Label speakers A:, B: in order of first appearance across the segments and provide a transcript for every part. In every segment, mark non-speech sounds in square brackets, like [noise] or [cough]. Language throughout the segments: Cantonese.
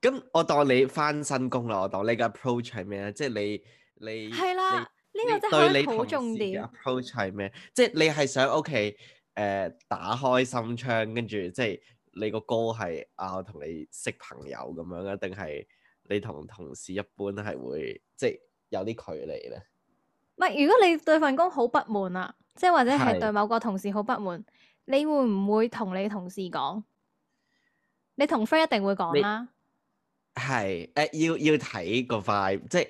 A: 咁我當你翻新工啦，我當你嘅 approach 係咩啊咧？即係你你
B: 係啦，呢
A: 你
B: 個真
A: 對
B: 係
A: 你啊
B: 可以好重點。
A: approach 係咩？即係你係想屋企誒打開心窗，跟住即係你個 goal 係啊，我同你識朋友咁樣啊，定係你同同事一般係會即係有啲距離咧？
B: 唔係，如果你對份工好不滿啊，即係或者係
A: 係
B: 對某個同事好不滿，你會唔會同你同事講？你同 friend 一定會講
A: 你
B: 啦。
A: 係誒、呃要要睇個 vibe，即係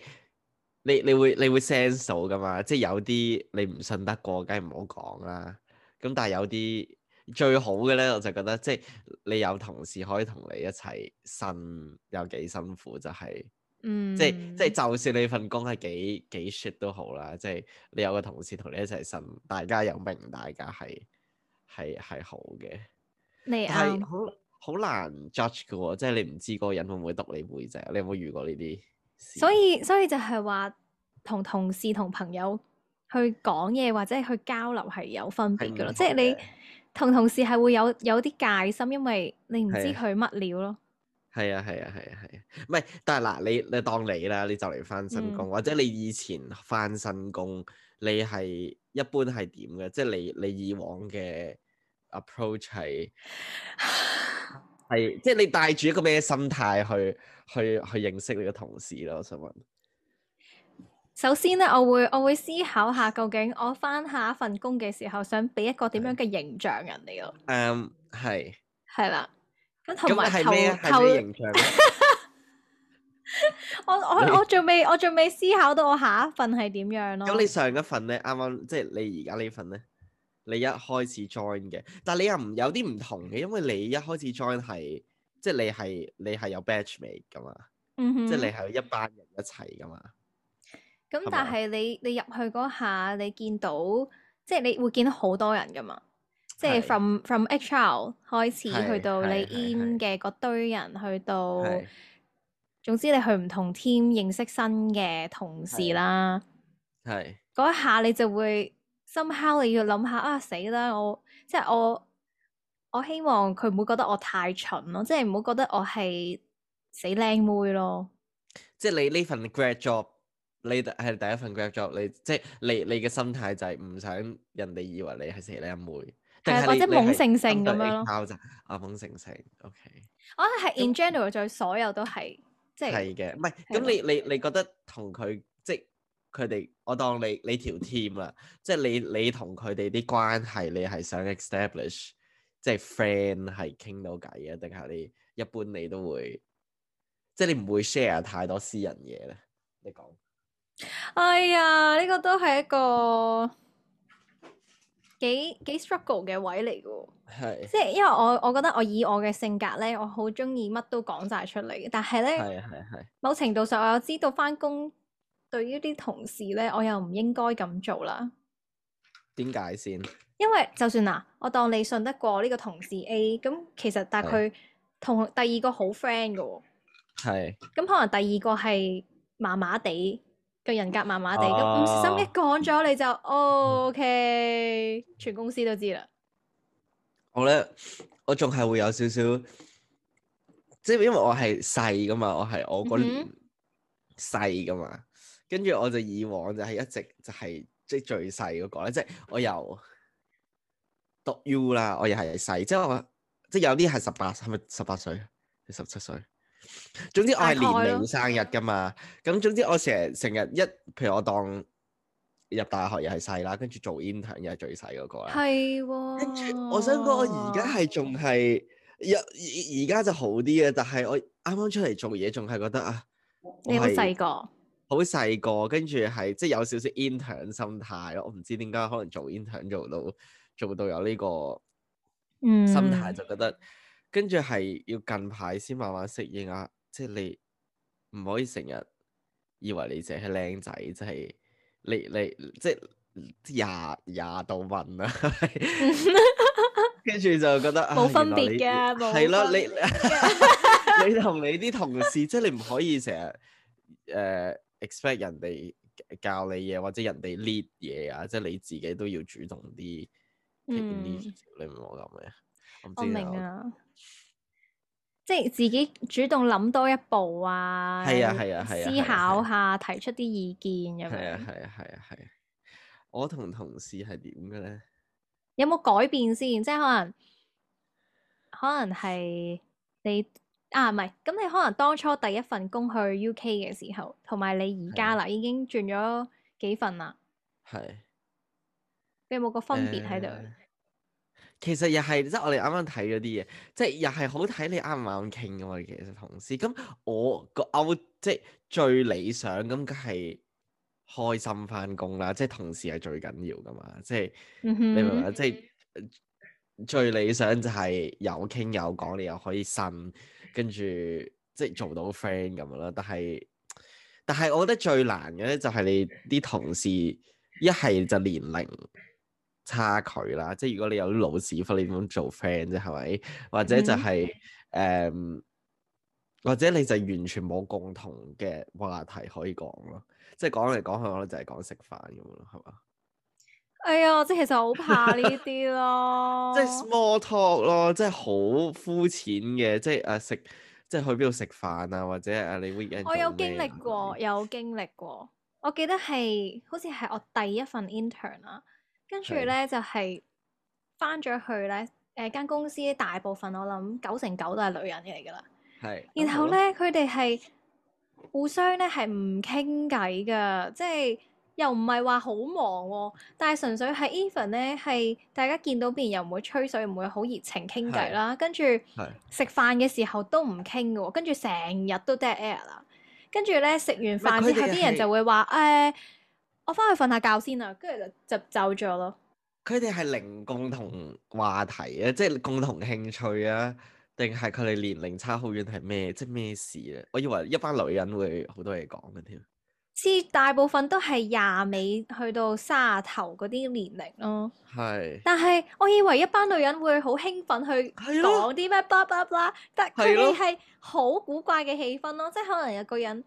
A: 你你會你會 sense 到噶嘛？即係有啲你唔信得過，梗係唔好講啦。咁但係有啲最好嘅咧，我就覺得即係你有同事可以同你一齊呻，有幾辛苦就係、
B: 嗯，
A: 即係即係，就算你份工係幾幾 shit 都好啦，即係你有個同事同你一齊呻，大家又明，大家係係係好嘅。
B: 你啊
A: 係啊
B: 啱。
A: 好好難 judge 嘅喎，即係你唔知嗰個人會唔會篤你背脊，啊你有冇遇過呢啲事？
B: 所以所以就係話同同事同朋友去講嘢或者去交流係有分別嘅咯，
A: 係唔
B: 即係
A: 同
B: 你
A: 嘅
B: 同同事係會有有啲戒心，因為你唔知
A: 係啊
B: 佢乜料咯。
A: 係啊係啊係啊係啊，唔係、但係嗱，你你當你啦，你就嚟翻
B: 嗯
A: 新工，或者你以前翻新工，你係一般係點嘅？即係你你以往嘅 approach 係係，即係你帶住一個咩心態去去去認識你嘅同事咯？我想問，
B: 首先咧，我會我會思考下究竟我翻下一份工嘅時候，想俾一個點樣嘅形象人哋咯，
A: 嗯係，
B: 係啦。咁同
A: 咁
B: 埋
A: 啊係
B: 求
A: 咩係咩
B: 求
A: 形象？啊
B: 我
A: 你
B: 我我仲未我仲未思考到我下一份係點樣咯。
A: 咁你上一份咧，啱啱即係你而家呢份咧，你一開始 join 嘅，但係你又唔有啲唔同嘅，
B: 嗯
A: 因為你一開始 join 係即係你係你係有 batchmate 噶嘛，
B: 嗯哼
A: 即係你係一班人一齊噶嘛，
B: 咁
A: 係啊
B: 但
A: 嘛
B: 係你你入去嗰下，你見到即係你會見到好多人噶嘛，即係
A: 係
B: from from HR 開始
A: 係
B: 去到你
A: 係係
B: in 嘅嗰堆人，去到
A: 係
B: 總之你去唔同 team 認識新嘅同事
A: 係
B: 啦，
A: 係
B: 嗰一下你就會 somehow 你要諗下啊死啦！我即係我我希望佢唔會覺得我太蠢咯，即係唔好覺得我係死靚妹咯。
A: 即係你呢份 grad job，你第係第一份 grad job，你即係你你嘅心態就係唔想人哋以為你係死靚妹，定
B: 係啊
A: 係
B: 或
A: 你
B: 者
A: 你
B: 懵
A: 係
B: 盛盛
A: 針對
B: 咁樣咯
A: HR 咋啊懵盛盛，OK。
B: 我覺得係 in general 對所有都係即係。
A: 係嘅，唔係
B: 係
A: 咁
B: 咯
A: 你你你覺得同佢即係佢哋，我當你你條 team 啦，即係你你同佢哋啲關係，你係想 establish 即係 friend 係傾到偈嘅，定係你一般你都會即係你唔會 share 太多私人嘢咧？你講
B: 哎呀，呢、個都係一個幾幾 struggle 嘅位嚟嘅喎，
A: 係
B: 即係因為我我覺得我以我嘅性格咧，我好中意乜都講晒出嚟，但係咧
A: 係係係
B: 某程度上我又知道翻工對於啲同事咧，我又唔應該咁做啦，
A: 點解先？
B: 因為就算嗱，我當你信得過呢個同事 A，咁其實但係
A: 係
B: 佢同第二個好 friend 嘅喎，
A: 係
B: 咁可能第二個係麻麻地嘅人格麻麻地，咁唔小心一
A: 哦
B: 講咗你就 O K，全公司都知啦。
A: 我咧，我仲係會有少少，即係因為我係細噶嘛，我係我嗰
B: 嗯
A: 年細噶嘛，跟住我就以往就係一直就係即係最細嗰個咧，即係我由讀 U 啦，我又係細，即係我即係有啲係十八，係咪十八歲？十七歲？總之我係
B: 大概
A: 年
B: 咯
A: 尾生日噶嘛，咁總之我成日成日一，譬如我當入大學又係細啦，跟住做 intern 又係最細嗰個啦。
B: 係喎。
A: 跟住我想講，我而家係仲係有而而家就好啲嘅，但係我啱啱出嚟做嘢，仲係覺得啊，我
B: 你好
A: 係
B: 細個，
A: 好細個，跟住係即係有少少 intern 心態咯。我唔知點解，可能做 intern 做到做到有呢個
B: 嗯，
A: 心態，就覺得跟住係要近排先慢慢適應啊。即係你唔可以成日以為你自己係靚仔，即係你你即係廿廿度問啦。跟住就覺得啊
B: 嗯冇分
A: 原來
B: 別
A: 你
B: 㗎冇
A: 係咯，
B: 分
A: [laughs]
B: 別
A: 你你同你啲同事，即係你唔可以成日誒 expect 人哋教你嘢，或者人哋 lead 嘢啊，即係你自己都要主動啲 take
B: 嗯
A: 啊
B: 啊
A: initiative，你明我講咩？啊
B: 我
A: 唔知
B: 明啊。即係自己主動諗多一步啊，
A: 係啊係啊係啊係啊
B: 思考下，提出啲意見咁
A: 係啊係
B: 樣，
A: 啊係啊係啊！我同同事係點嘅咧？
B: 有冇改變先？即係可能，可能係你啊，唔係咁，你可能當初第一份工去 UK 嘅時候，同埋你而家啦，已經轉咗幾份啦，
A: 係
B: 你有冇個分別喺度？
A: 誒其實又係，即係我哋啱啱睇咗啲嘢，即係又係好睇你啱唔啱傾噶嘛。其實同事咁，我個 out 即係最理想咁，梗係開心翻工啦。即係同事係最緊要噶嘛。即係
B: 嗯
A: 你明唔明啊？
B: 哼，
A: 即係呃最理想就係有傾有講，你又可以呻，跟住即係做到 friend 咁樣啦。但係但係我覺得最難嘅咧，就係你啲同事一係就年齡差距啦，即係如果你有啲老屎忽，你點樣做 friend 啫？係咪？或者就
B: 嗯
A: 係、誒、或者你就完全冇共同嘅話題可以講咯。即係講嚟講去，我覺得就係講食飯咁樣咯，係嘛？
B: 哎呀，即係其實我好怕呢啲
A: [laughs]
B: 咯，
A: 即係 small talk 咯，即係好膚淺嘅，即係誒食，即係去邊度食飯啊，或者誒你 weekend
B: 我有
A: 做咩
B: 經歷
A: 啊
B: 過，有經歷過。我記得係好似係我第一份 intern 啦，跟住
A: 係
B: 咧就係翻咗去咧，誒間公司大部分我諗九成九都係女人嚟㗎啦。
A: 係。咁嗯
B: 然後
A: 好啊
B: 咧
A: 咯，
B: 佢哋係互相咧係唔傾偈㗎，即係又唔係話好忙喎、但係純粹係 even 咧係大家見到邊人又唔會吹水，唔會好熱情傾偈
A: 係
B: 啦。跟住
A: 係
B: 食飯嘅時候都唔傾嘅喎，跟住成日都 dead air 啦。跟住咧食完飯
A: 佢
B: 之後，
A: 哋
B: 啲人
A: 係
B: 就會話誒、我翻去瞓下覺先啦，跟住就就走咗咯。
A: 佢哋係零共同話題啊，即係共同興趣啊，定係佢哋年齡差好遠係咩？即係咩事咧？我以為一班女人會好多嘢講嘅添。
B: 是大部分都係廿尾去到卅頭嗰啲年齡咯。
A: 係
B: 但係我以為一班女人會好興奮去
A: 係咯
B: 講啲咩 blah blah blah，但
A: 係
B: 佢
A: 咯
B: 哋係好古怪嘅氣氛咯，即係可能有個人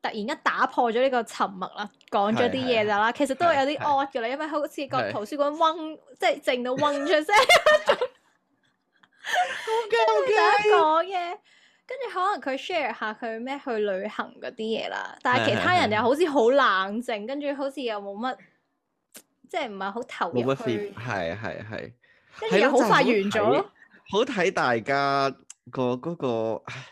B: 突然一打破咗呢個沉默啦，講咗
A: 係
B: 啲
A: 係
B: 嘢就啦，其實都係有
A: 係
B: 啲
A: 係
B: odd 噶啦，因為好似個
A: 係
B: 圖書館嗡，即係靜
A: [laughs]
B: 到嗡出聲，想
A: ，OK
B: 講嘢。跟住可能佢 share 下佢咩去旅行嗰啲嘢啦，但係
A: 係
B: 其他
A: 係
B: 人
A: 係
B: 又好似好冷靜，跟住好似又冇乜，即係唔係好投
A: 冇
B: 入
A: 乜 feel，
B: 去，
A: 係係係。
B: 跟住
A: 係
B: 又
A: 咯
B: 好
A: 就係
B: 快完咗
A: 睇
B: 咯。
A: 好睇大家個嗰個，唉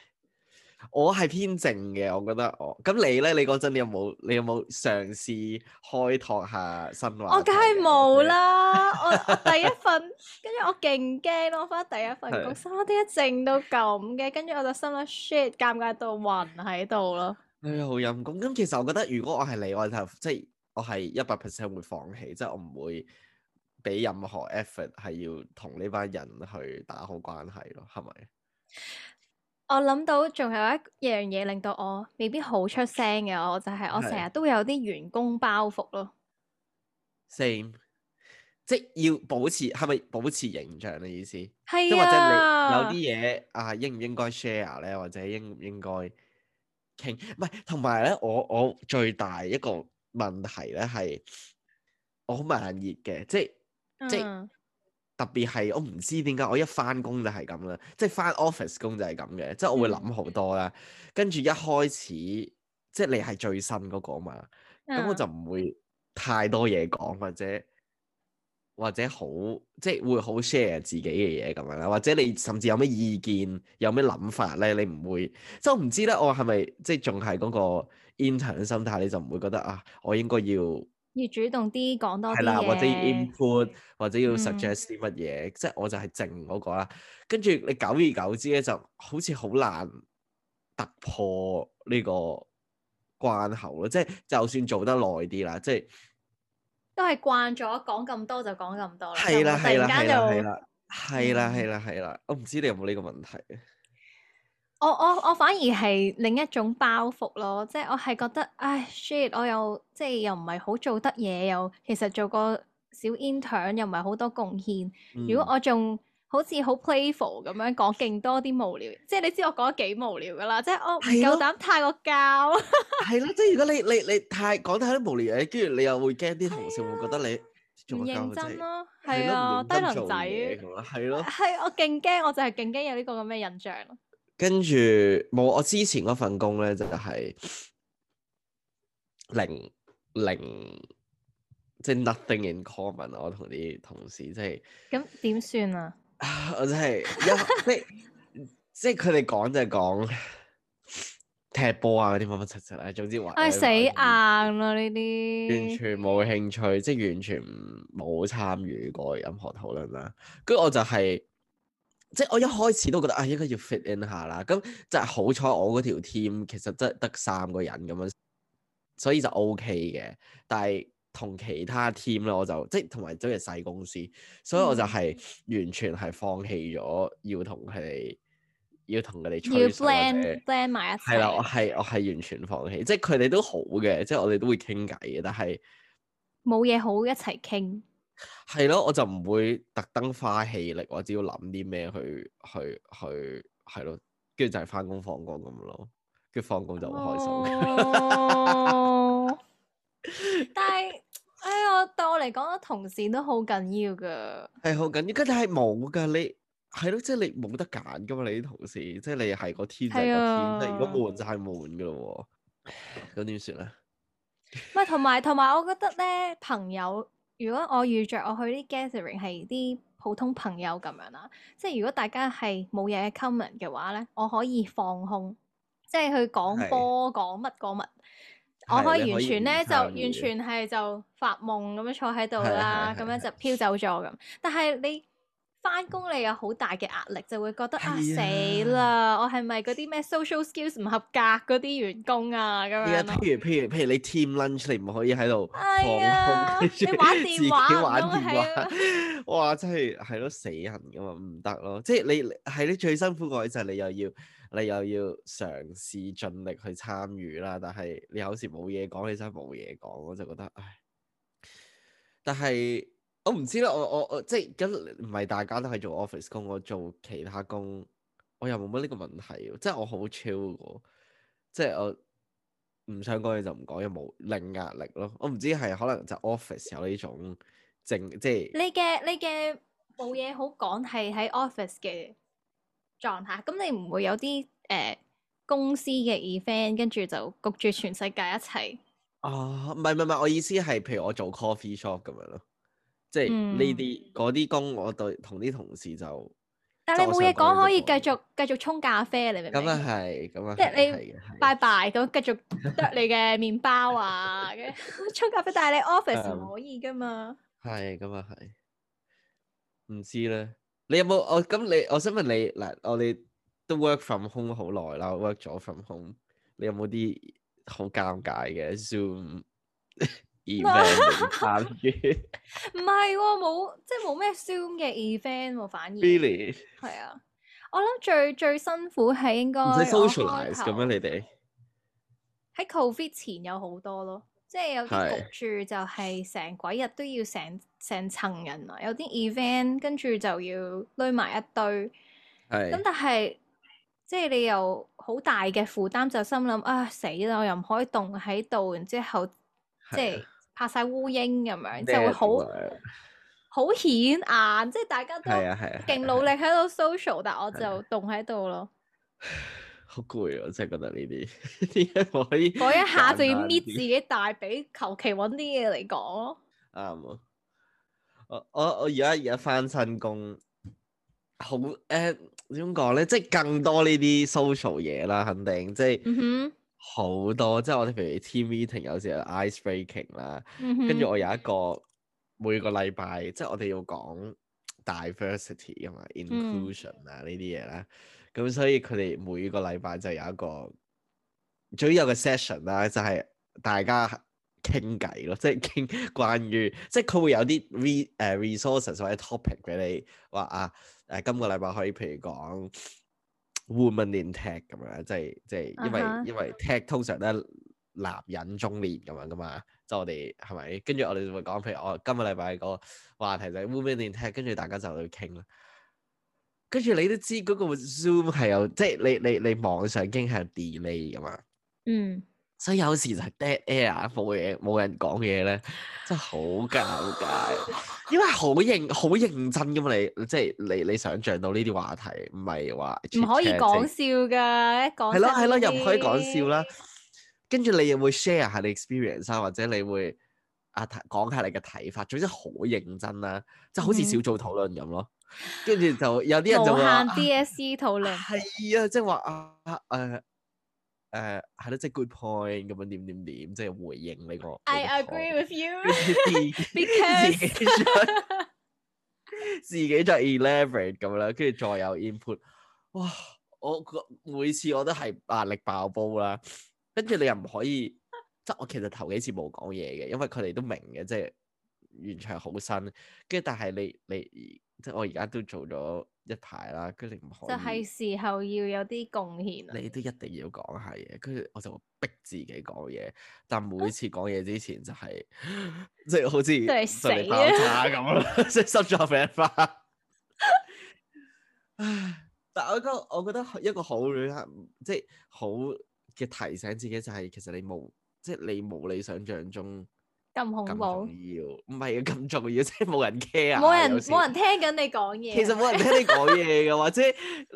A: 我係偏靜嘅，我覺得我。咁你咧？你嗰陣你有冇你有冇嘗試開拓下新話題啊？
B: 我梗係冇
A: 或者。
B: 啦！我我第一份，跟住我勁驚咯，我翻第一份工，
A: 係
B: 心諗點解靜到咁嘅？跟住我就心諗 shit，尷尬到暈喺度咯。
A: 哎呀，好陰公。咁其實我覺得，如果我係你，我就即係我係一百 percent 會放棄，即係我唔會俾任何 effort 係要同呢班人去打好關係咯，係咪？
B: 我諗到仲有一樣嘢令到我未必好出聲嘅，我就係、我成
A: 係
B: 日都會有啲員工包袱咯。
A: same，即係要保持係咪保持形象嘅意思？即係
B: 係
A: 或
B: 啊
A: 者，你有啲嘢啊，應唔應該 share 咧，或者應唔應該傾？唔係，同埋咧，我我最大一個問題咧係我好慢熱嘅，即係即係
B: 嗯
A: 特別係我唔知點解我一翻工就係咁啦，即係翻 office 工就係咁嘅，即係我會
B: 嗯
A: 諗好多啦，跟住一開始即係你係最新嗰個嘛。咁我就
B: 嗯
A: 唔會太多嘢講，或者或者好即係會好 share 自己嘅嘢咁樣啦，或者你甚至有咩意見、有咩諗法咧，你唔會即係我唔知咧，我係咪即係仲係嗰個 intern 嘅心態，你就唔會覺得啊，我應該要。
B: 要主動啲講多
A: 係
B: 啲
A: 啦，或者要
B: 嘢。
A: input，或者要
B: 嗯
A: suggest 啲乜嘢，即係我就係靜嗰個啦。跟住你久而久之咧，就好似好難突破呢個關口咯。即係就算做得耐啲啦，即係
B: 都係慣咗講咁多就講咁多啦，就
A: 係啦，
B: 冇
A: 係啦，
B: 突
A: 係啦，係啦，係
B: 然間就
A: 啦，
B: 嗯
A: 係啦，係啦。我唔知你有冇呢個問題？啊
B: 我我我反而係另一種包袱咯，即係我係覺得，唉，shit，我又即係又唔係好做得嘢，又其實做個小 intern 又唔係好多貢獻。如果
A: 嗯
B: 我仲好似好 playful 咁樣講勁多啲無聊，即係你知我講得幾無聊噶啦，即係我唔
A: 係咯
B: 夠膽太過教。
A: 係咯，即係如果你你你太講太多無聊嘢，跟住你又會驚啲同事會覺得你做
B: 唔
A: 乜鳩
B: 認
A: 啊真係
B: 真咯，
A: 係
B: 係
A: 咯
B: 啊，
A: 唔認
B: 低
A: 真
B: 能
A: 做
B: 仔，
A: 嘢咁啊係咯。
B: 係我勁驚，我就係勁驚有呢個咁嘅印象咯。
A: 跟住冇，我之前嗰份工咧就係零零，即係 nothing in common 啊。我同啲同事即係，
B: 咁點算啊？
A: 我真係一即係嗯即係佢哋講就係講踢波啊嗰啲乜乜柒柒啊，總之話
B: 唉，死硬
A: 啊！
B: 啦呢
A: 完
B: 啲，
A: 全冇興趣，即係完全唔冇參與過任何討論啦。跟住我就係、即係我一開始都覺得啊，應該要 fit in 下啦。咁就係好彩我嗰條 team 其實真係得三個人咁樣，所以就 OK 嘅。但係同其他 team 咧，我就即係同埋都係細公司，所以我就係完全係放棄咗要同佢哋要同佢哋吹
B: 要
A: 水或者
B: blend blend 埋一齊。
A: 係啦，我係我係完全放棄，即係佢哋都好嘅，即係我哋都會傾偈嘅，但係
B: 冇嘢好一齊傾。
A: 係咯，我就唔會特登花氣力，我只要諗啲咩去去去係咯，跟住就係翻工放工咁咯，跟住放工就好開心。
B: 哦
A: [laughs]
B: 但係，哎呀，對我嚟講，同事都好緊要噶。
A: 係好緊要，跟住係冇㗎，你係咯，即係你冇得揀㗎嘛，你啲同事，即係你係個天就係個
B: 係
A: 天，即係如
B: 啊
A: 果悶就係悶㗎咯喎，咁點算咧？
B: 唔係，同埋同埋，我覺得咧，朋友，如果我遇着我去啲 gathering 係啲普通朋友咁樣啦，即係如果大家係冇嘢 common 嘅話咧，我可以放空，即係去講
A: 係
B: 波講乜講乜，
A: 係
B: 我可
A: 你可
B: 以完
A: 以
B: 全
A: 唔
B: 咧就
A: 參與
B: 完全係就發夢咁樣坐喺度
A: 係
B: 啦，
A: 係
B: 咁樣就飄走咗咁。但係你翻工你有好大嘅壓力，就會覺得啊
A: 係啊
B: 死啦，我係咪嗰啲咩 social skills 唔合格嗰啲員工啊咁
A: 而
B: 樣
A: 家
B: 咯？
A: 譬如譬如譬如你 team lunch，你唔可以喺度放
B: 哎呀
A: 空，跟住
B: 你玩電
A: 自己
B: 話唔
A: 玩
B: 通
A: 電
B: 係啊
A: 話，哇！真係係咯，死人噶嘛，唔得咯。即係你係你最辛苦嗰位就係你又要你又要嘗試盡力去參與啦，但係你有時冇嘢講，你真係冇嘢講，我就覺得唉。但係我唔知啦，我我我即係咁唔係大家都係做 office 工，我做其他工，我又冇乜呢個問題喎，即係我好 chill 嘅，即係我唔想講嘢就唔講，又冇零壓力咯。我唔知係可能就 office 有呢種正，即係
B: 你嘅你嘅冇嘢好講係喺 office 嘅狀態，咁你唔會有啲誒、呃公司嘅 event，跟住就焗住全世界一齊。
A: 啊，唔係唔係唔係，我意思係譬如我做 coffee shop 咁樣咯，即係
B: 嗯
A: 呢啲嗰啲工，我對同啲同事就
B: 但係你
A: 就
B: 冇
A: 我
B: 嘢
A: 想
B: 講，
A: 講
B: 可以
A: 呢
B: 繼
A: 個
B: 續繼續沖咖啡，你明唔
A: 咁啊
B: 明？
A: 係，咁啊
B: 即
A: 係
B: 係你
A: 係嘅係嘅
B: 拜拜咁繼續剁你嘅麵包啊，跟 [laughs] 沖咖啡，但係你
A: Um
B: office 唔可以噶嘛？
A: 係咁啊，係唔知咧。你有冇我咁你？我想問你嗱，我哋都 work from home 好耐啦，work 咗 from home，你有冇啲好尷尬嘅 Zoom [laughs] event 你參與
B: [laughs] 唔係喎，冇即係冇咩 Zoom 嘅 event 喎，反而
A: ？Really 唔
B: 係啊，我諗最最辛苦係應該
A: 使
B: 我開
A: socialize 咁
B: 頭
A: 樣你哋
B: 喺 Covid 前有好多咯，即係有啲
A: 係
B: 焗住就係成鬼日都要成成層人啊，有啲 event 跟住就要堆埋一堆，咁
A: 係
B: 但係即係你又好大嘅負擔，就心諗啊死啦，我又唔可以凍喺度，然之後即係拍晒烏蠅咁樣，就會
A: 啊咩
B: 好
A: 咁樣
B: 好顯眼，即係大家都
A: 係啊係啊，
B: 勁
A: 係啊
B: 努力喺度 social，但我就
A: 係啊
B: 凍喺度咯。
A: 好攰啊！我真係覺得呢啲 [laughs] 點解唔可以
B: 嗰一下就
A: 簡
B: 要
A: 單
B: 搣
A: 啲
B: 自己大髀，求其揾啲嘢嚟講咯。
A: 啱啊！我我我而家而家翻新工，好誒點講咧？即係更多呢啲 social 嘢啦，肯定即係
B: 嗯
A: 好多。即係我哋譬如 team meeting 有時有 ice breaking 啦，
B: 哼，嗯哼，
A: 跟住我有一個每個禮拜，即係我哋要講 diversity 啊嘛，inclusion 啊呢啲嘢啦。咁所以佢哋每個禮拜就有一個，總之有個 session 啦，就係大家傾偈咯，即 [laughs] 係傾關於，即係佢會有啲 re 誒、resources 或者 topic 俾你，話啊誒、今個禮拜可以譬如講 woman in tech 咁樣，即係即係因為、
B: 啊哈
A: 因為 tech 通常咧男人中年咁樣噶嘛，即係我哋係咪？跟住我哋就會講，譬如我今個禮拜個話題就係 woman in tech，跟住大家就去傾啦。跟住你都知嗰個 Zoom 係有，即係你你你網上已經係有 delay 噶嘛。
B: 嗯
A: 所以有時就係 dead air 啊冇嘢冇人講嘢咧，真係好尷尬。因為好認好認真噶嘛，你即係你你想象到呢啲話題，唔係話
B: 唔可以
A: chit chat
B: 講
A: 啫
B: 笑噶，一講
A: 係咯係咯，
B: 真
A: 又唔可以講笑啦
B: 啲。
A: 跟住你又會 share 下你 experience 啊，或者你會啊睇講下你嘅睇法，總之好認真啦、就好似
B: 嗯哼
A: 小組討論咁咯。跟住就有啲人就
B: 無
A: 會話
B: 限 DSE 討論，
A: 係啊，即係話啊誒誒係咯，即係 good point 咁樣點點點，即係回應呢個。
B: I
A: 你個
B: agree
A: point
B: with you
A: [laughs] 跟住自
B: [laughs]
A: 己
B: because
A: [laughs] 自己再自己再 [laughs] elaborate 咁樣啦，跟住再有 input。哇！我個每次我都係壓力爆煲啦，跟住你又唔可以，即係我其實頭幾次冇講嘢嘅，因為佢哋都明嘅，即係完場好新。跟住但係你你即係我而家都做咗一排啦，跟住你唔可
B: 就
A: 以。
B: 係時候要有啲貢獻啊。
A: 你都一定要講下嘢，跟住我就會逼自己講嘢，但每次講嘢之前就係、即係好似
B: 嗯係
A: 順利
B: 死啊
A: 爆炸咁咯， [laughs] 即係心臟病發。唉，但我覺得我覺得一個好即係好嘅提醒自己就係、其實你冇即係你冇你想象中
B: 咁
A: 咁
B: 恐
A: 重
B: 怖，
A: 要，唔係咁重要，即係冇人 care 啊。
B: 冇人
A: 有時
B: 冇人聽緊你講嘢。啊
A: 其實冇人聽你講嘢嘅，或者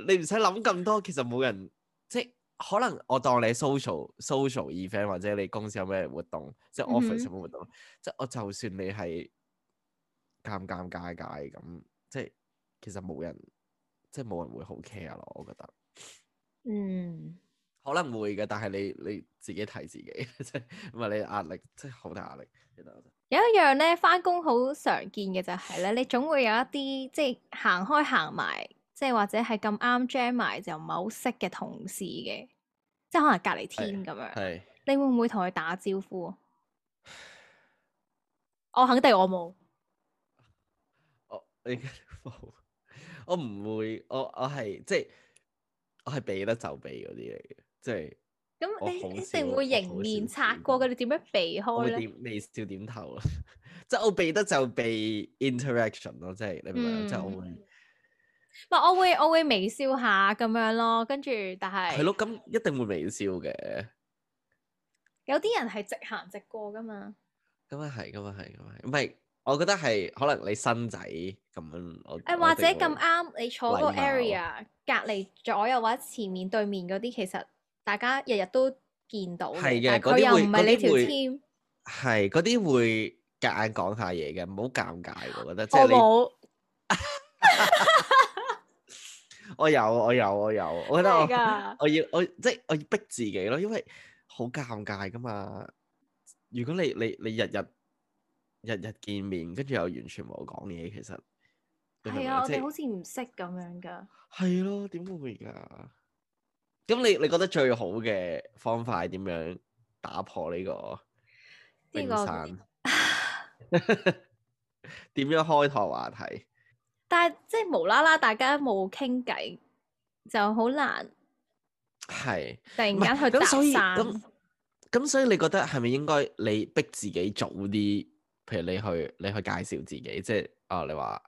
A: 你唔使諗咁多，其實冇人即係可能我當你 social social event 或者你公司有咩活動，即係
B: 嗯哼
A: office 有咩活動，即係我就算你係尷尷尬尬咁，即係其實冇人即係冇人會好 care 咯，我覺得。
B: 嗯，
A: 可能會嘅，但係你你自己睇自己， [laughs] 即係唔係你壓力，即係好大壓力。其實我覺得
B: 有一樣咧，翻工好常見嘅就係咧，你總會有一啲即係行開行埋，即係或者係咁啱 jam 埋就唔係好識嘅同事嘅，即係可能隔離天咁樣，
A: 係
B: 你會唔會同佢打招呼啊？我肯定我冇，
A: 我應該都冇，我唔會，我我係即係我係避得就避嗰啲嚟嘅，即係我
B: 咁你
A: 好
B: 一
A: 少
B: 定
A: 我
B: 會迎
A: 好
B: 面
A: 少
B: 擦
A: 見
B: 過
A: 到
B: 佢哋點樣避
A: 我
B: 開
A: 會
B: 咧？
A: 點微笑點頭啦， [laughs] 即係我避得就避 interaction 咯，即係你明唔啊明？即係我
B: 嗯
A: 會
B: 唔係我會我會微笑下咁樣咯，跟住但係
A: 係咯，咁一定會微笑嘅，
B: 有啲人係直行直過噶嘛，
A: 咁啊係，咁啊係，咁啊係，唔係我覺得係可能你新仔咁樣，我
B: 誒
A: 我
B: 或
A: 一
B: 者
A: 定
B: 咁
A: 會
B: 啱你坐個
A: 禮貌
B: area 隔離左右或者前面對面嗰啲，其實大家日日都見到
A: 係嘅
B: 但
A: 嗰
B: 佢
A: 啲
B: 又
A: 會
B: 唔
A: 嗰
B: 係你
A: 啲
B: 條
A: 會
B: team，
A: 係嗰啲會夾硬講下嘢嘅，唔好尷尬，我覺得即
B: 我
A: 係你。
B: 冇，
A: 我有，我有，我有，我覺
B: 真
A: 得
B: 係
A: 我
B: 㗎，
A: 我要我即係我要逼自己咯，因為好尷尬噶嘛。如果你你你日日日日見面，跟住又完全冇講嘢，其實你明唔
B: 係
A: 明
B: 啊，我
A: 即
B: 哋好
A: 係
B: 似唔識咁樣㗎。
A: 係咯，點會㗎？咁你你覺得最好嘅方法係點樣打破呢個
B: 呢
A: 冰
B: 個
A: 山？ [laughs] 點樣開拓話題？
B: 但係即係無啦啦，大家冇傾偈，就好難
A: 係。
B: 突然
A: 唔
B: 間去
A: 係
B: 搭
A: 咁，所以
B: 散
A: 咁。咁，所以你覺得係咪應該你逼自己早啲？譬如你去你去介紹自己，即係啊，你話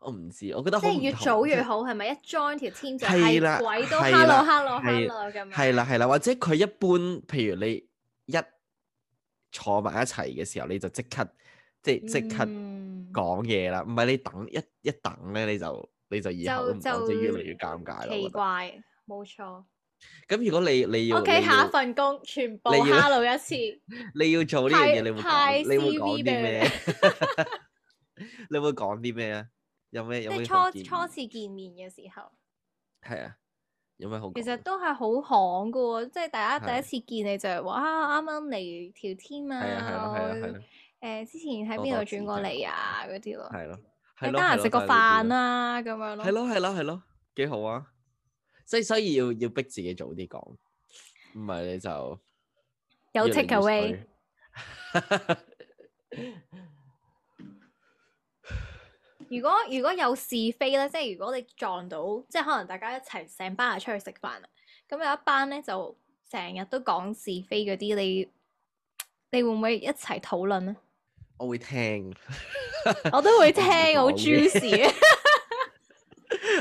A: 我唔知，我覺得
B: 即
A: 好
B: 係
A: 唔
B: 越
A: 同
B: 早越
A: 即係
B: 好，係咪一 join 條 team 就
A: 係啦
B: 係鬼都
A: 係啦
B: hello hello
A: 係
B: hello 咁樣？
A: 係啦係啦，或者佢一般，譬如你一坐埋一齊嘅時候，你就即刻即係即刻
B: 嗯
A: 講嘢啦，唔係你等一一等咧，你就你就以後都
B: 就
A: 唔講，即係
B: 就
A: 越嚟越尷尬咯。我
B: 奇
A: 覺得
B: 怪，冇錯。
A: 咁如果你你要
B: 屋
A: 你
B: 企下
A: 要
B: 一份工全部
A: 你要
B: hello 一次，
A: 你要做呢樣嘢，
B: 派
A: 你會講，你
B: 派
A: 會講
B: CV
A: 啲
B: 俾佢
A: 咩？ [laughs] 你會講啲咩啊？有咩
B: 即
A: [laughs] 有咩
B: 係
A: 好
B: 初
A: 建
B: 初
A: 議？
B: 次見面嘅時候，
A: 係啊，有咩好講？
B: 其實都係好行噶喎，即係大家
A: 係
B: 第一次見你就係話啊，啱啱嚟條 team
A: 係啊係
B: 啊，
A: 咯係咯係
B: 我
A: 咯
B: 誒之前喺
A: 多
B: 邊度
A: 多
B: 轉
A: 指
B: 過
A: 教
B: 嚟啊嗰啲咯，
A: 係咯係
B: 你
A: 咯，
B: 得閒
A: 係
B: 食個
A: 咯就係
B: 飯
A: 呢啊
B: 啦咁樣
A: 啲咯，係
B: 咯。
A: 咯係咯係咯，幾好啊！所以所以要要逼自己早啲講，唔係你就
B: 有
A: 越嚟越
B: take away，
A: 衰 [laughs]
B: 如果如果有是非咧，即係如果你撞到，即係可能大家一齊成班人出去食飯啦，咁有一班咧就成日都講是非嗰啲，你你會唔會一齊討論咧？
A: 我會聽， [laughs]
B: 我都會聽，好
A: 我唔會講嘅 [laughs]
B: juicy 啊！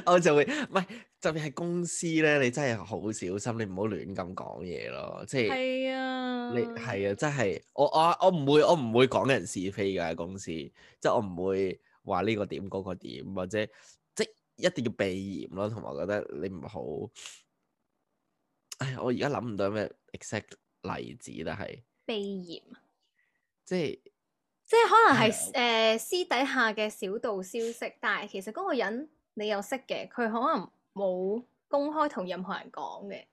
A: 我就會唔係特別係公司咧，你真係好小心，你唔好亂咁講嘢咯。即係
B: 係啊，
A: 你係啊，真係我我我唔會我唔會講人是非㗎喺公司，即係我唔會話呢個點嗰個點，或者即係一定要避嫌咯。同埋我覺得你唔好，唉，我而家諗唔到有咩 exact 例子，但係
B: 避嫌，
A: 即係。
B: 即係可能係
A: 係啊
B: 誒、呃私底下嘅小道消息，但係其實嗰個人你又識嘅，佢可能冇公開同任何人講嘅。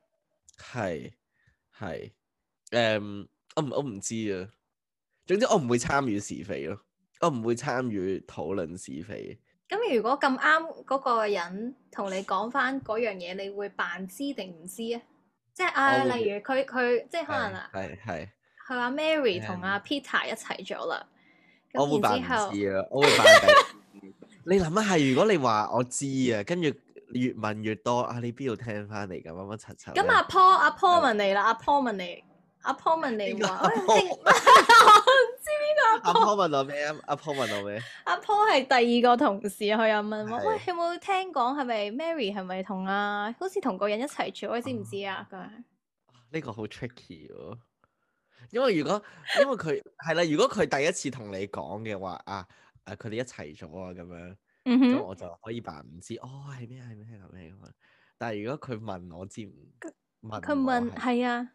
A: 係係，誒、我唔我唔知啊。總之我唔會參與是非咯，我唔會參與討論是非。
B: 咁如果咁啱嗰個人同你講翻嗰樣嘢，你會扮知定唔知啊？即係啊，
A: 哦我會
B: 例如佢佢即係可能啊，
A: 係係係，
B: 佢話 Mary 同阿 Peter 一齊咗啦，
A: 我會
B: 咁
A: 扮唔
B: 然之後
A: 知啊，我會扮第
B: [laughs]
A: 一你諗下，如果你話我知啊，跟住越問越多啊，你邊度聽翻嚟㗎？乜乜柒柒咧。
B: 咁阿 Paul 阿 Paul 問你啦，阿 Paul 問你，阿 Paul 問你
A: 邊個
B: 話，
A: 阿
B: 哎
A: Paul？ [laughs]
B: 定我唔知
A: 阿 Paul 問我咩啊？阿 Paul 問我咩？
B: 阿 Paul 係第二個同事，佢又問我：
A: 係
B: 喂，有冇聽講係咪 Mary 係咪同啊？好似同個人一齊住，你知唔知啊？咁樣
A: 呢個好 tricky 喎，因為如果因為佢係啦，如果佢第一次同你講嘅話啊，誒佢哋一齊咗啊咁樣。
B: 嗯
A: 咁
B: 哼，
A: 我就可以扮唔知，哦係咩係咩係咩咁樣。但係如果佢問我知唔問
B: 佢
A: 我
B: 問
A: 係，
B: 係啊，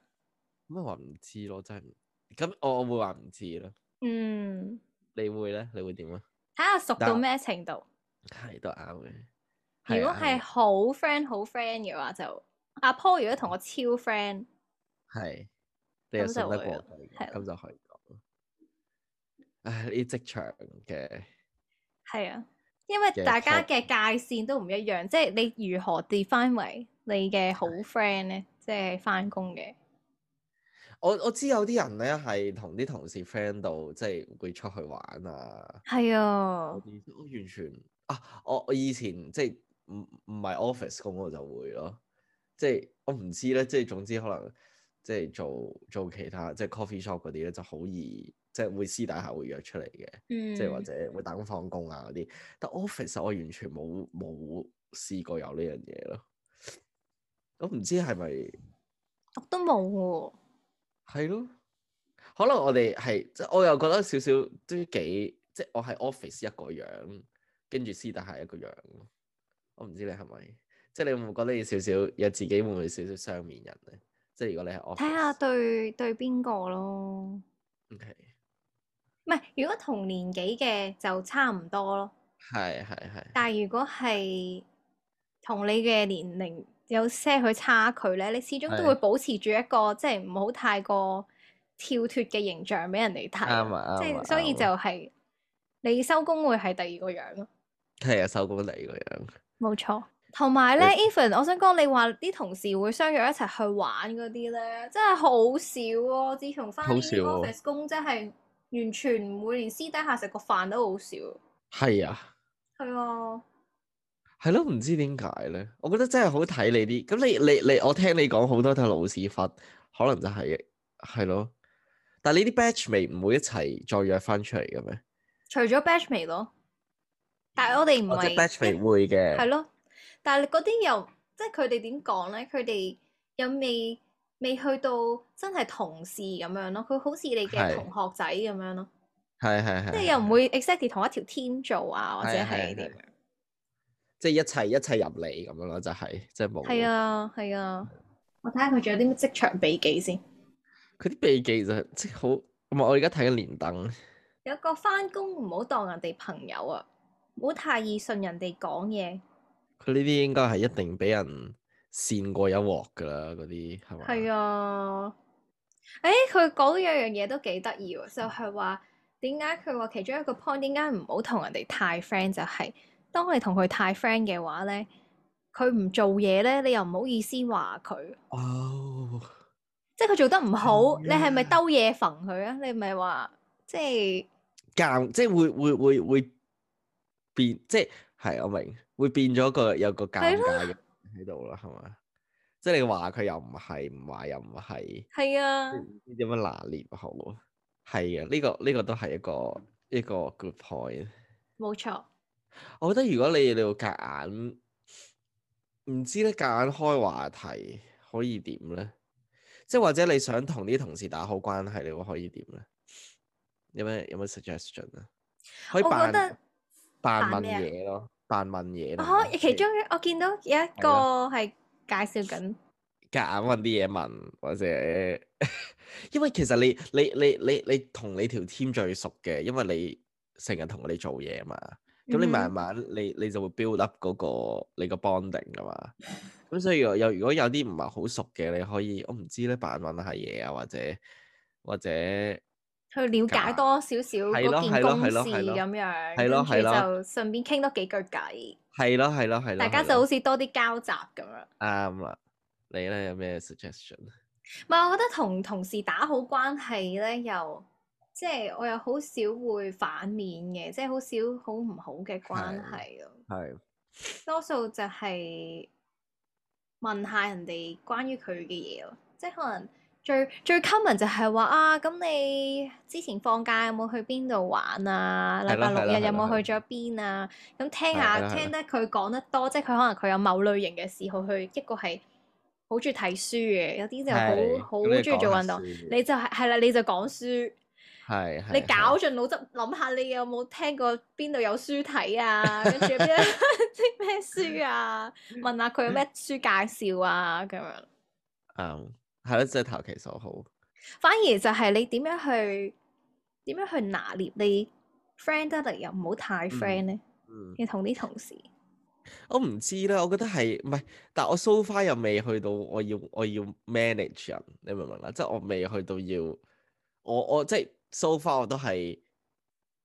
A: 咁我話唔知咯，真係唔。咁我我會話唔知咯。
B: 嗯，
A: 你會咧？你會點啊？
B: 睇下熟到
A: 嗱
B: 咩程度。
A: 係都啱嘅。
B: 如果係
A: 係啊啱
B: 好 friend 好 friend 嘅話，就阿 Paul 如果同我超
A: 嘅
B: friend，
A: 係，你又
B: 咁就
A: 信得過
B: 會啦
A: 佢
B: 係
A: 嘅，
B: 啦
A: 咁就可以講。唉，呢啲職場嘅
B: 係啊，因為
A: 嘅
B: 大家
A: 確
B: 嘅界線都唔一樣，即係你如何 define 為你嘅好 friend 咧，即係翻工嘅。
A: 我我知有啲人咧係同啲同事 friend 到，即係會出去玩啊。
B: 係啊
A: 嗰，啲我完全啊！我我以前即係唔唔係 office 工我就會咯，即係我唔知咧，即係總之可能即係做做其他即係 coffee shop 嗰啲咧就好易即係會私底下會約出嚟嘅，
B: 嗯，
A: 即係或者會等放工啊嗰啲。但 office 我完全冇冇試過有呢樣嘢咯。咁唔知係咪
B: 我都冇喎。
A: 係咯？可能我哋係即係我又覺得少少都幾即係我喺 office 一個樣，跟住私底下一個樣咯。我唔知你係咪，即係你會唔會覺得有少少有自己會唔會少少雙面人咧？即係如果你喺
B: 睇下
A: office，嗯
B: 對對邊個咯，
A: OK，
B: 唔係如果同年紀嘅就差唔多咯，
A: 係係係，
B: 但係如果係同你嘅年齡有些許差距咧，你始終都
A: 係
B: 會保持住一個即係唔好太過跳脱嘅形象俾人哋睇啊，
A: 啱啊
B: 即
A: 啱啊
B: 係所以
A: 啱
B: 就
A: 啊
B: 係、你收工會係第二個樣咯，
A: 係啊，手工第二個樣，
B: 冇錯。同埋咧
A: 你
B: ，Even 我想講你話啲同事會相約一齊去玩嗰啲咧，真係好少咯、自從翻
A: 好
B: 呢
A: 少
B: 啲
A: 喎
B: office 工，真係完全唔會連私底下食個飯都好少。
A: 係啊，
B: 係啊，
A: 係咯，唔知點解咧？我覺得真係好睇你啲，咁你你你，我聽你講好多都係老屎忽，可能就係係咯。但係你啲 batch 未唔會一齊再約翻出嚟嘅咩？
B: 除咗 batchmate 咯，但係我哋唔
A: 哦我即係
B: 係
A: batch 未會嘅，
B: 係咯，但係嗰啲又即係佢哋點講咧？佢哋又未未去到真係同事咁樣咯，佢好似你嘅
A: 係
B: 同學仔咁樣咯，
A: 係係係，
B: 即係又唔會 exactly 同一條 team 做啊，或者
A: 係啊係啊
B: 係點
A: 係即係一齊一齊入嚟咁樣咯，就係即係
B: 係
A: 冇。
B: 啊，係啊，我睇下佢仲有啲咩職場秘技先。
A: 佢啲秘技就係即係好，唔係我而家睇緊連登，
B: 有個翻工唔好當人哋朋友啊，唔好太易信人哋講嘢。
A: 佢呢啲應該係一定俾人扇過一鑊噶啦，嗰啲係嘛？
B: 係啊，誒、佢講有樣嘢都幾得意喎，就係話點解佢話其中一個 point 點解唔好同人哋太 friend 就係、當你同佢太 friend 嘅話咧，佢唔做嘢咧，你又唔好意思話佢，
A: 哦，
B: 即係佢做得唔好，你係咪
A: 啊
B: 兜嘢揈佢啊？你咪話即係。
A: 尷即係會會會會變，即係係我明，會變咗個有個尷
B: 係
A: 尬嘅喺度啦，係嘛？即係你話佢又唔係，唔話又唔係，
B: 係啊
A: 即係，唔知點樣拿捏好啊？係啊，呢個呢個都係一個一個 good point。
B: 冇錯。
A: 我覺得如果你你要夾硬，唔知咧，夾硬開話題可以點咧？即係或者你想同啲同事打好關係，你會可以點咧？有咩有冇 suggestion 啊？可以
B: 我覺
A: 扮
B: 得
A: 扮問
B: 扮咩啊
A: 嘢咯，扮問嘢咯。
B: 哦，其中
A: 啊即啊
B: 我見到有一個係介紹緊，
A: 係夾硬揾啲嘢問，或者 [laughs] 因為其實你你你你你同你條 team 最熟嘅，因為你成日同佢哋做嘢嘛。咁你
B: 嗯哼
A: 慢慢你你就會 build up 嗰、個你個 bonding 噶嘛。咁所以又又如果有啲唔係好熟嘅，你可以我唔知咧扮問下嘢啊，或者或者係
B: 去了解
A: 㗎
B: 多少少
A: 係咯
B: 嗰
A: 係
B: 件
A: 咯
B: 公
A: 係
B: 事
A: 咯係咯
B: 咁樣，
A: 係
B: 跟
A: 咯
B: 住
A: 係咯
B: 就順便傾多幾句偈，
A: 咯係咯係咯，
B: 大家
A: 係
B: 就
A: 咯
B: 好似多啲交集咁樣。
A: 啱啦。你咧有咩 suggestion？
B: 唔係，我覺得同同事打好關係咧，又即係我又好少會反面嘅，即係好少好唔好嘅關
A: 係
B: 係咯。
A: 係
B: 多數就係問下人哋關於佢嘅嘢咯，即係可能最最 common 就係話啊，咁你之前放假有冇去邊度玩啊？
A: 係
B: 禮
A: 咯
B: 拜
A: 係
B: 六
A: 咯
B: 日有
A: 係咯係
B: 冇
A: 咯
B: 去咗邊啊？咁
A: 係
B: 聽
A: 係
B: 下
A: 啦係
B: 聽
A: 啦
B: 得佢講得多，即係佢可能佢有某類型嘅嗜好，佢一個係好中意睇書嘅，有啲就
A: 係
B: 好好
A: 咁
B: 中
A: 你
B: 意做
A: 講下
B: 運動，
A: 先
B: 你就係係啦，你就講書。
A: 係係
B: 你
A: 係
B: 搞盡腦汁諗下，你有冇聽過邊度有書睇啊？
A: [laughs]
B: 跟住 [laughs] 邊啲咩書啊？問下佢有咩書介紹啊？咁樣
A: 啱係咯，即係投其所好。
B: 反而就係你點樣去點樣去拿捏你 friend 得嚟又唔好太 friend 咧，
A: 嗯，
B: 要同啲同事。
A: 我唔知啦，我覺得係唔係？但我 so far 又未去到我要我要 manage 人，你明唔明啊？即係我未去到要我我即係 so far 我都係誒、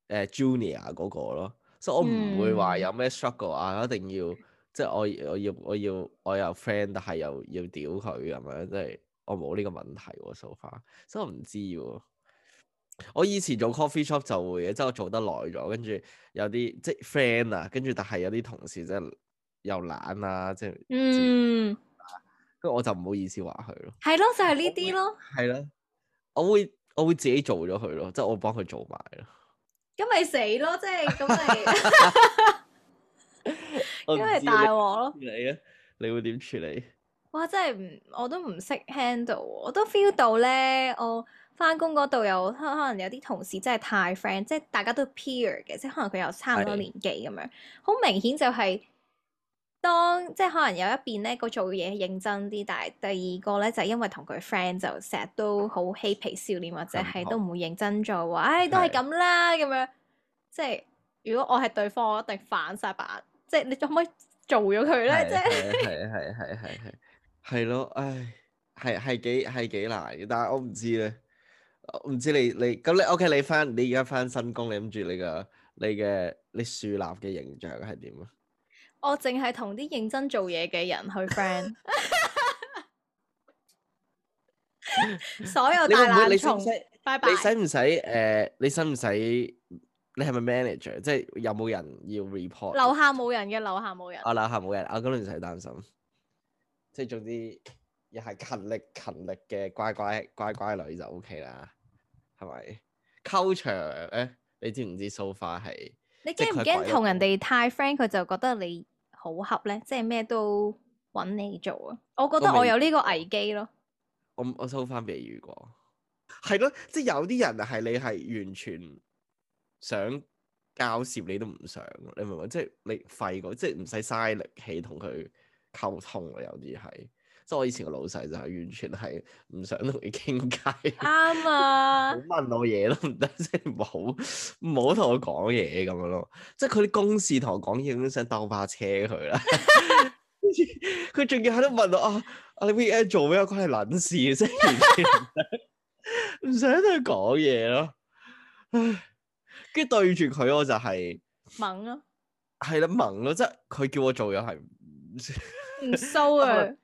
A: 呃 junior 嗰個咯，所以我唔會話
B: 嗯
A: 有咩 struggle 啊，一定要即係我我要我要我有 friend，但係又要屌佢咁樣，即係我冇呢個問題喎 so far，所以我唔知喎。我以前做 coffee shop 就會嘅，即係我做得耐咗，跟住有啲即係 friend 啊，跟住但係有啲同事即係又懶啊，即係自己
B: 嗯，
A: 跟住我就唔好意思話佢咯。
B: 係咯，就係呢啲咯。
A: 係啦，我會我會自己做咗佢咯，即係我幫佢做埋咯。
B: 咁咪死咯，即係咁咪
A: [laughs] 我唔
B: 咁咪
A: 知
B: 大鑊咯。
A: 你你咧，你會點處理？
B: 哇！真係唔，我都唔識 handle 喎，我都 feel 到咧。我翻工嗰度有可可能有啲同事真係太 friend，即係大家都 peer 嘅，即係可能佢又差唔多
A: 係
B: 年紀咁樣。好明顯就係、當即係可能有一邊咧個做嘢認真啲，但係第二個咧就係因為同佢 friend 就成日都好嬉皮笑臉，或者
A: 咁
B: 係
A: 好
B: 都唔會認真做話，唉、都係
A: 係
B: 咁啦咁樣。即係如果我係對方，我一定反晒白眼，即係你可唔可以做咗佢咧？即係。
A: 係啊係係係係係係咯，唉，係係幾係幾難嘅，但係我唔知咧，我唔知你你咁你 OK 你翻你而家翻新工，你諗住你個你嘅你樹立嘅形象係點啊？
B: 我淨係同啲認真做嘢嘅人去
A: [laughs]
B: friend，所有
A: 你會唔
B: 大
A: 會你
B: 懶
A: 使唔
B: 蟲
A: 使，
B: 拜拜
A: 你。使唔使誒？你使唔使？你係咪 manager？即係有冇人要 report？
B: 樓下冇人嘅，樓下冇人。
A: 啊樓下冇人啊，咁你唔使擔心。即係總之，又係勤力勤力嘅乖乖乖乖女就 OK 啦，係咪？culture 咧，你知唔知 so far 係
B: 你
A: 即係
B: 驚唔
A: 佢
B: 驚
A: 鬼
B: 同人
A: 都
B: 哋太 friend，佢就覺得你好恰咧？即係咩都揾你做啊！我覺得
A: 都
B: 我
A: 未
B: 有呢個危機
A: [laughs]
B: 咯。
A: 我我 so far 未遇過？係咯，即係有啲人係你係完全想交涉你都唔想，你明唔明？即係你廢過，即係唔使嘥力氣同佢溝通啊！有啲係，即係我以前個老細就係完全係唔想同佢傾偈。
B: 啱
A: 唔
B: 啊
A: 好！問我嘢都唔得，即係唔好唔好同我講嘢咁樣咯。即係佢啲公事同我講嘢，都想兜把車佢啦。跟住佢仲要喺度問我啊，啊你 weekend 做咩啊？關你撚事嘅，即係完全唔想唔想同佢講嘢咯。唉跟住對住佢，我就係
B: 猛啊咯，
A: 係啦，萌咯，即係佢叫我做嘢係唔
B: 唔收
A: 可 [laughs]
B: 啊
A: 能！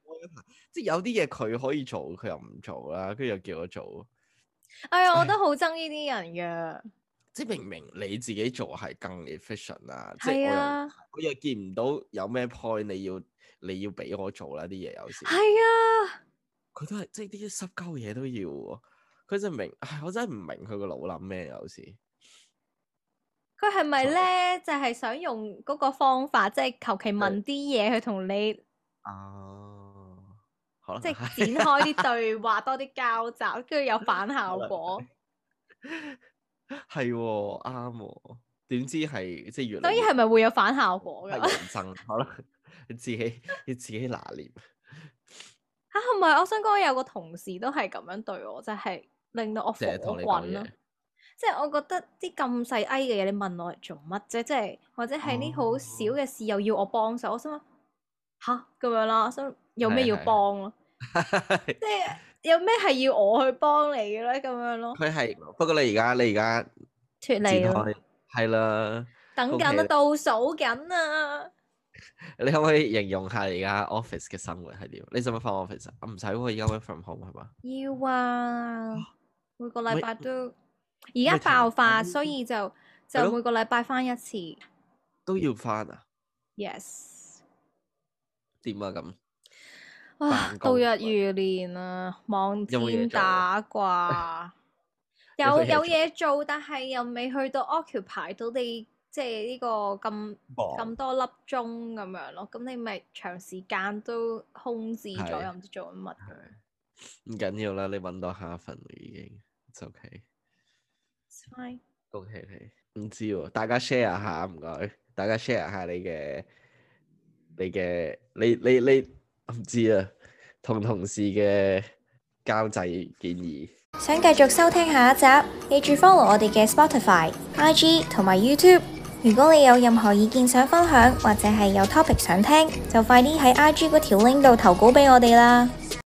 A: 即係有啲嘢佢可以做，佢又唔做啦，跟住又叫我做。
B: 哎呀，我都好憎呢啲人
A: 即係明明你自己做係更 efficient 啦，
B: 嘅。
A: 即係我
B: 係
A: 又、
B: 啊，
A: 我又見唔到有咩 point 你要你要俾我做啦啲嘢有時，
B: 係啊，
A: 佢都係即係啲濕鳩嘢都要喎，佢真係明，唉我真係唔明佢個腦諗咩有時，
B: 佢係咪
A: 就
B: 咧就係想用嗰個方法，即係求其問啲嘢去同你
A: 哦，可能
B: 即係
A: 係 [laughs]
B: 展開啲對話，多啲交集，跟住有反效果。
A: 係喎，啱喎。點知係即係越嚟
B: 所以
A: 越
B: 係咪會有反效果㗎？
A: 係人生可能 [laughs] 你自己你自己拿捏。
B: 嚇啊唔係，我想講有個同事都係咁樣對我，就係、令到我火
A: 成日同你講
B: 滾
A: 嘢
B: 咯。即係我覺得啲咁細埃嘅嘢，你問我嚟做乜啫？即係或者係啲
A: 哦
B: 好少嘅事又要我幫手，我心諗吓咁樣啦，心有咩
A: 係
B: 要
A: 係係 [laughs]
B: 幫咯？即係有咩係要我去幫你嘅咧？咁樣咯，
A: 佢係不過你而家你而家展
B: 脱離咯，
A: 開係啦，
B: 等
A: 恭
B: 緊
A: 喜
B: 啊，
A: 你
B: 倒數緊啊！
A: 你可唔可以形容下你而家 office 嘅生活係點？你使唔使翻 office 啊？唔使喎，而家 work from home 係嘛？
B: 要啊，每個禮
A: 咪
B: 拜都而
A: 哦
B: 家
A: 咪停
B: 爆發，
A: 緊
B: 所以就
A: 係
B: 就
A: 咯
B: 每個禮拜翻一次。
A: 都要翻啊？
B: Yes，
A: 點啊咁？
B: 哇
A: 辦，
B: 度
A: 公
B: 日
A: 喂
B: 如年啊，望
A: 有冇嘢
B: 天
A: 做啊
B: 打卦，
A: [laughs] 有
B: 有
A: 冇嘢
B: 有
A: 做
B: 嘢做，但係又未去到 occupy 到你，即係呢個咁咁
A: 忙
B: 多粒鐘咁樣咯。咁你咪長時間都空置咗，
A: 係
B: 又唔知做緊乜咁樣。
A: 唔緊要啦，你揾到下一份啦已經，it's OK，
B: It's fine
A: 恭喜你。唔知喎，大家 share 下唔該，大家 share 下你嘅你嘅你你你唔知啊，同同事嘅交際建議。
C: 想繼續收聽下一集，記住 follow 我哋嘅 Spotify、IG 同埋 YouTube。如果你有任何意見想分享，或者係有 topic 想聽，就快啲喺 IG 嗰條 link 度投稿俾我哋啦。